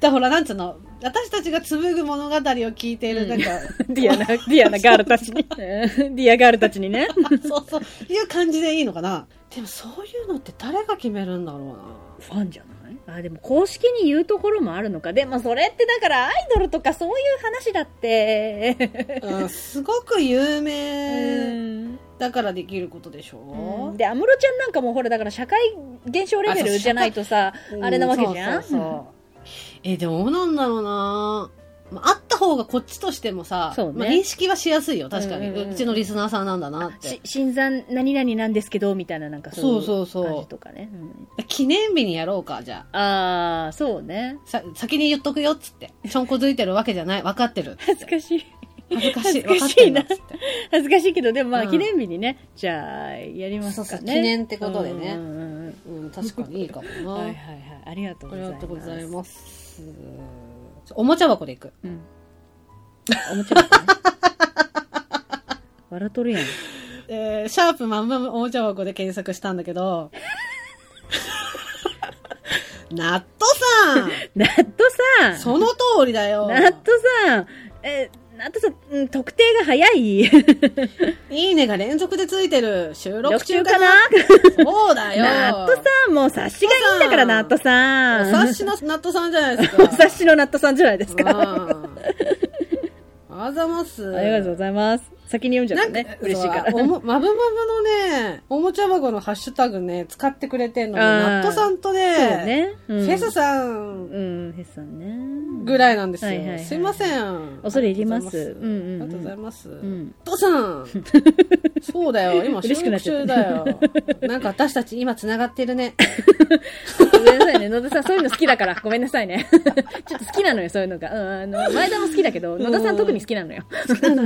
Speaker 1: らほら、なんつうの私たちが紡ぐ物語を聞いている、なんか、
Speaker 2: ディアナ、ディアナガールたちに。 [laughs] ディアガールたちにね。
Speaker 1: そうそう、いう感じでいいのかなでもそういうのって誰が決めるんだろうな。
Speaker 2: ファンじゃないあ、でも公式に言うところもあるのか。でもそれってだからアイドルとかそういう話だって。
Speaker 1: うんすごく有
Speaker 2: う
Speaker 1: 名
Speaker 2: ん。
Speaker 1: だからできることでしょ、
Speaker 2: で、安室ちゃんなんかもほら、だから社会現象レベルじゃないとさ、
Speaker 1: う
Speaker 2: あれなわけじゃん
Speaker 1: そうそうそうえどうなんだろうな、まあ、あった方がこっちとしてもさ、
Speaker 2: そうね
Speaker 1: まあ、認識はしやすいよ確かに、う
Speaker 2: う
Speaker 1: ん
Speaker 2: うんうん
Speaker 1: ちのリスナーさんなんだなっ
Speaker 2: して新参何々なんですけど、みたいななんかそういう
Speaker 1: そうそうそう
Speaker 2: 感じとかね。うん
Speaker 1: 記念日にやろうかじゃあ
Speaker 2: ああ、そうね。
Speaker 1: さ先に言っとくよっつってちょんこづいてるわけじゃない分かってるっつっ
Speaker 2: 恥ず
Speaker 1: て
Speaker 2: かしい。 [laughs]
Speaker 1: 恥ずかしい
Speaker 2: 恥
Speaker 1: 分
Speaker 2: ず
Speaker 1: かっ
Speaker 2: かしてい
Speaker 1: る
Speaker 2: な
Speaker 1: っつって
Speaker 2: 恥ずかしいけど、でもまあ、
Speaker 1: うん
Speaker 2: 記念日にね、じゃあ、やりま
Speaker 1: そ
Speaker 2: すか
Speaker 1: うそう
Speaker 2: ね。
Speaker 1: 記念ってことでね
Speaker 2: うんうんうん
Speaker 1: うん確かにいいかも
Speaker 2: うん
Speaker 1: な、
Speaker 2: [laughs] はいはいはい。ありがとう
Speaker 1: あ
Speaker 2: ござ
Speaker 1: り
Speaker 2: います。
Speaker 1: がとうございますおもちゃ箱でいく
Speaker 2: うん。おもちゃ箱ね。笑っとるやん。
Speaker 1: えーシャープまんまむおもちゃ箱で検索したんだけ
Speaker 2: [laughs]
Speaker 1: ど、ナット
Speaker 2: [laughs] ナットさ
Speaker 1: さ
Speaker 2: ん
Speaker 1: んその通りだよ
Speaker 2: ナットさんえ、ナットさん、うん、特定が早い
Speaker 1: いいねが連続でついてる収録中かな
Speaker 2: 録
Speaker 1: そうだよ
Speaker 2: ナットさん、もう察しがいいんだから、ナ
Speaker 1: ナ
Speaker 2: ッ
Speaker 1: ッ
Speaker 2: ト
Speaker 1: ト
Speaker 2: さん。
Speaker 1: お察しのナットさんじゃないです
Speaker 2: お
Speaker 1: か。
Speaker 2: 察しのナットさんじゃないです
Speaker 1: うん
Speaker 2: か。
Speaker 1: あざます。
Speaker 2: ありがとうございます。先に読んじゃったね。嬉しいから。
Speaker 1: そうおもまぶまぶのね、おもちゃ箱のハッシュタグね、使ってくれてんのね、
Speaker 2: あー
Speaker 1: ナットさんとね、
Speaker 2: そうね。う
Speaker 1: フ
Speaker 2: ん
Speaker 1: ェスさん
Speaker 2: うん、ヘッさんね。
Speaker 1: ぐらいなんですよ。
Speaker 2: はいはいはい
Speaker 1: すいません。
Speaker 2: 恐れ入ります
Speaker 1: ありがとうございます。あ
Speaker 2: う
Speaker 1: り
Speaker 2: ん。
Speaker 1: がとうございます。父さんそうだ
Speaker 2: [laughs]
Speaker 1: よ、今収
Speaker 2: 嬉しくなっ
Speaker 1: 録
Speaker 2: ちゃ
Speaker 1: 中
Speaker 2: った
Speaker 1: だよ。
Speaker 2: [laughs]
Speaker 1: なんか私たち今繋がってるね。
Speaker 2: ごめんなさいね。野田さん、そういうの好きだから、ごめんなさいね。 [laughs] ちょっと好きなのよ、そういうのが。うん、あの、前田も好きだけど、野田さん特に好きなのよ。好きなの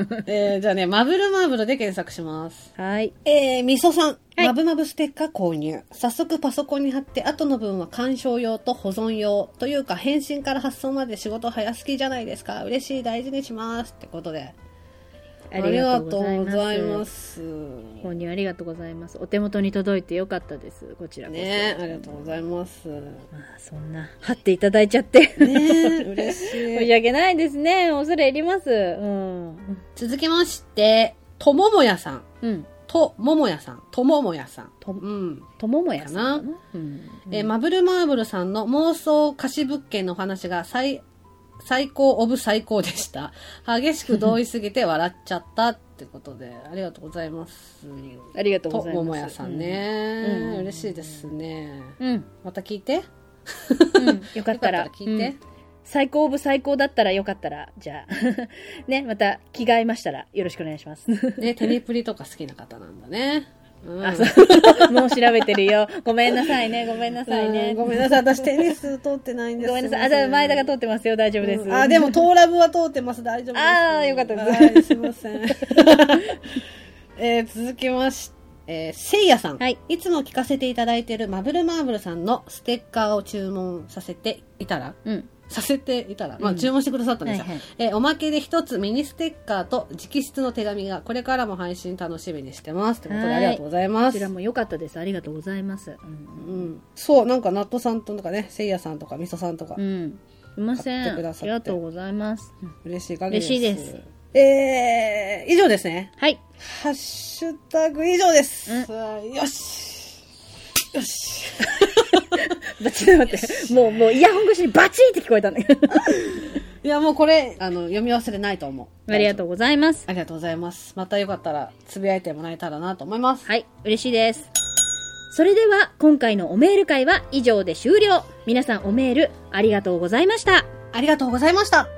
Speaker 2: よ。
Speaker 1: [laughs] えー、じゃあね、マブルマーブルで検索します。
Speaker 2: はい。
Speaker 1: えー、みそさん。
Speaker 2: はい
Speaker 1: マブマブステッカー購入。早速パソコンに貼って、後の分は鑑賞用と保存用。というか、返信から発送まで仕事早すぎじゃないですか。嬉しい、大事にします。ってことで。ありがとうござい
Speaker 2: す
Speaker 1: ます。
Speaker 2: 購入ありがとうございます。お手元に届いてよかったです。こちらこそ。
Speaker 1: ねありがとうございます。ね
Speaker 2: まあ、そんな、貼っていただいちゃって。
Speaker 1: 嬉し
Speaker 2: 申し
Speaker 1: い。
Speaker 2: 訳ないですね。恐れ入ります。うん。
Speaker 1: [laughs] 続きまして、とももやさん。
Speaker 2: うん。
Speaker 1: とももやさん。とももやさん。
Speaker 2: と
Speaker 1: うん。
Speaker 2: とももやさん
Speaker 1: か
Speaker 2: かな。うん。
Speaker 1: えーマブルマーブルさんの妄想貸し物件のお話が最、最高オブ最高でした。激しく同意すぎて笑っちゃったってことで、ありがとうございます。
Speaker 2: ありがとうご
Speaker 1: と
Speaker 2: ざいま
Speaker 1: も
Speaker 2: す。
Speaker 1: もやさんね、
Speaker 2: うんうん
Speaker 1: 嬉しいですね。
Speaker 2: うん。うん。
Speaker 1: また聞いて。
Speaker 2: うん [laughs] よかった
Speaker 1: よ
Speaker 2: ら。
Speaker 1: かったら聞いて
Speaker 2: うん最高オブ最高だったらよかったら、じゃあ。 [laughs] ね、また着替えましたらよろしくお願いします。
Speaker 1: ね、テニプリとか好きな方なんだね。うん
Speaker 2: あ、そう。 [laughs] もう調べてるよ。ごめんなさいね、ごめんなさいね。
Speaker 1: うんごめんなさい。私テニス通ってないんです
Speaker 2: ごめんなさい。あ、じゃあ前田が通
Speaker 1: っ
Speaker 2: ってますよ。大丈夫です。
Speaker 1: あ、でも、トーラブは通ってます。大丈夫です。
Speaker 2: あーよかったです
Speaker 1: はい、すいません。 [laughs] えー続きまして。えー、せいやさん、
Speaker 2: はい、
Speaker 1: つも聞かせていただいているマブルマーブルさんのステッカーを注文させていたら
Speaker 2: うん。
Speaker 1: させていたら、まあ、
Speaker 2: うん
Speaker 1: 注文してくださったんですよ、
Speaker 2: はいはい
Speaker 1: えーおまけで一つミニステッカーと直筆の手紙がこれからも配信楽しみにしてますということで
Speaker 2: はい
Speaker 1: ありがとうございま
Speaker 2: こ
Speaker 1: す
Speaker 2: ちらも良かったです。ありがとうございます。うん
Speaker 1: うん、そうなんかナットさんとかねせいやさんとかみそさんとか、
Speaker 2: うん。すいませ
Speaker 1: 買って
Speaker 2: ん。
Speaker 1: くだ
Speaker 2: あ
Speaker 1: さって
Speaker 2: りがとうございます。うん
Speaker 1: 嬉しい限りです
Speaker 2: 嬉しいです
Speaker 1: えー、以上ですね
Speaker 2: はい。
Speaker 1: ハッシュタグ以上です、よしよし
Speaker 2: ばちょっと待って。もう、もうイヤホン越しにバチーって聞こえたんだけど。
Speaker 1: いやもうこれあの読み忘れないと思う
Speaker 2: ありがと
Speaker 1: う
Speaker 2: うございます。
Speaker 1: ありがとうございますまたよかったらつぶやいてもらえたらなと思います
Speaker 2: はい。嬉しいです。それでは、今回のおメール会は以上で終了。皆さんおメールありがとうございました。
Speaker 1: ありがとうございました